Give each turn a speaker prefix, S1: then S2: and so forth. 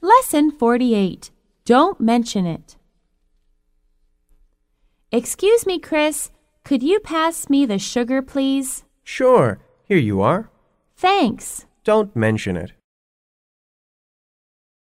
S1: Lesson 48 Don't Mention It. Excuse me, Chris. Could you pass me the sugar, please?
S2: Sure, here you are.
S1: Thanks.
S2: Don't mention it.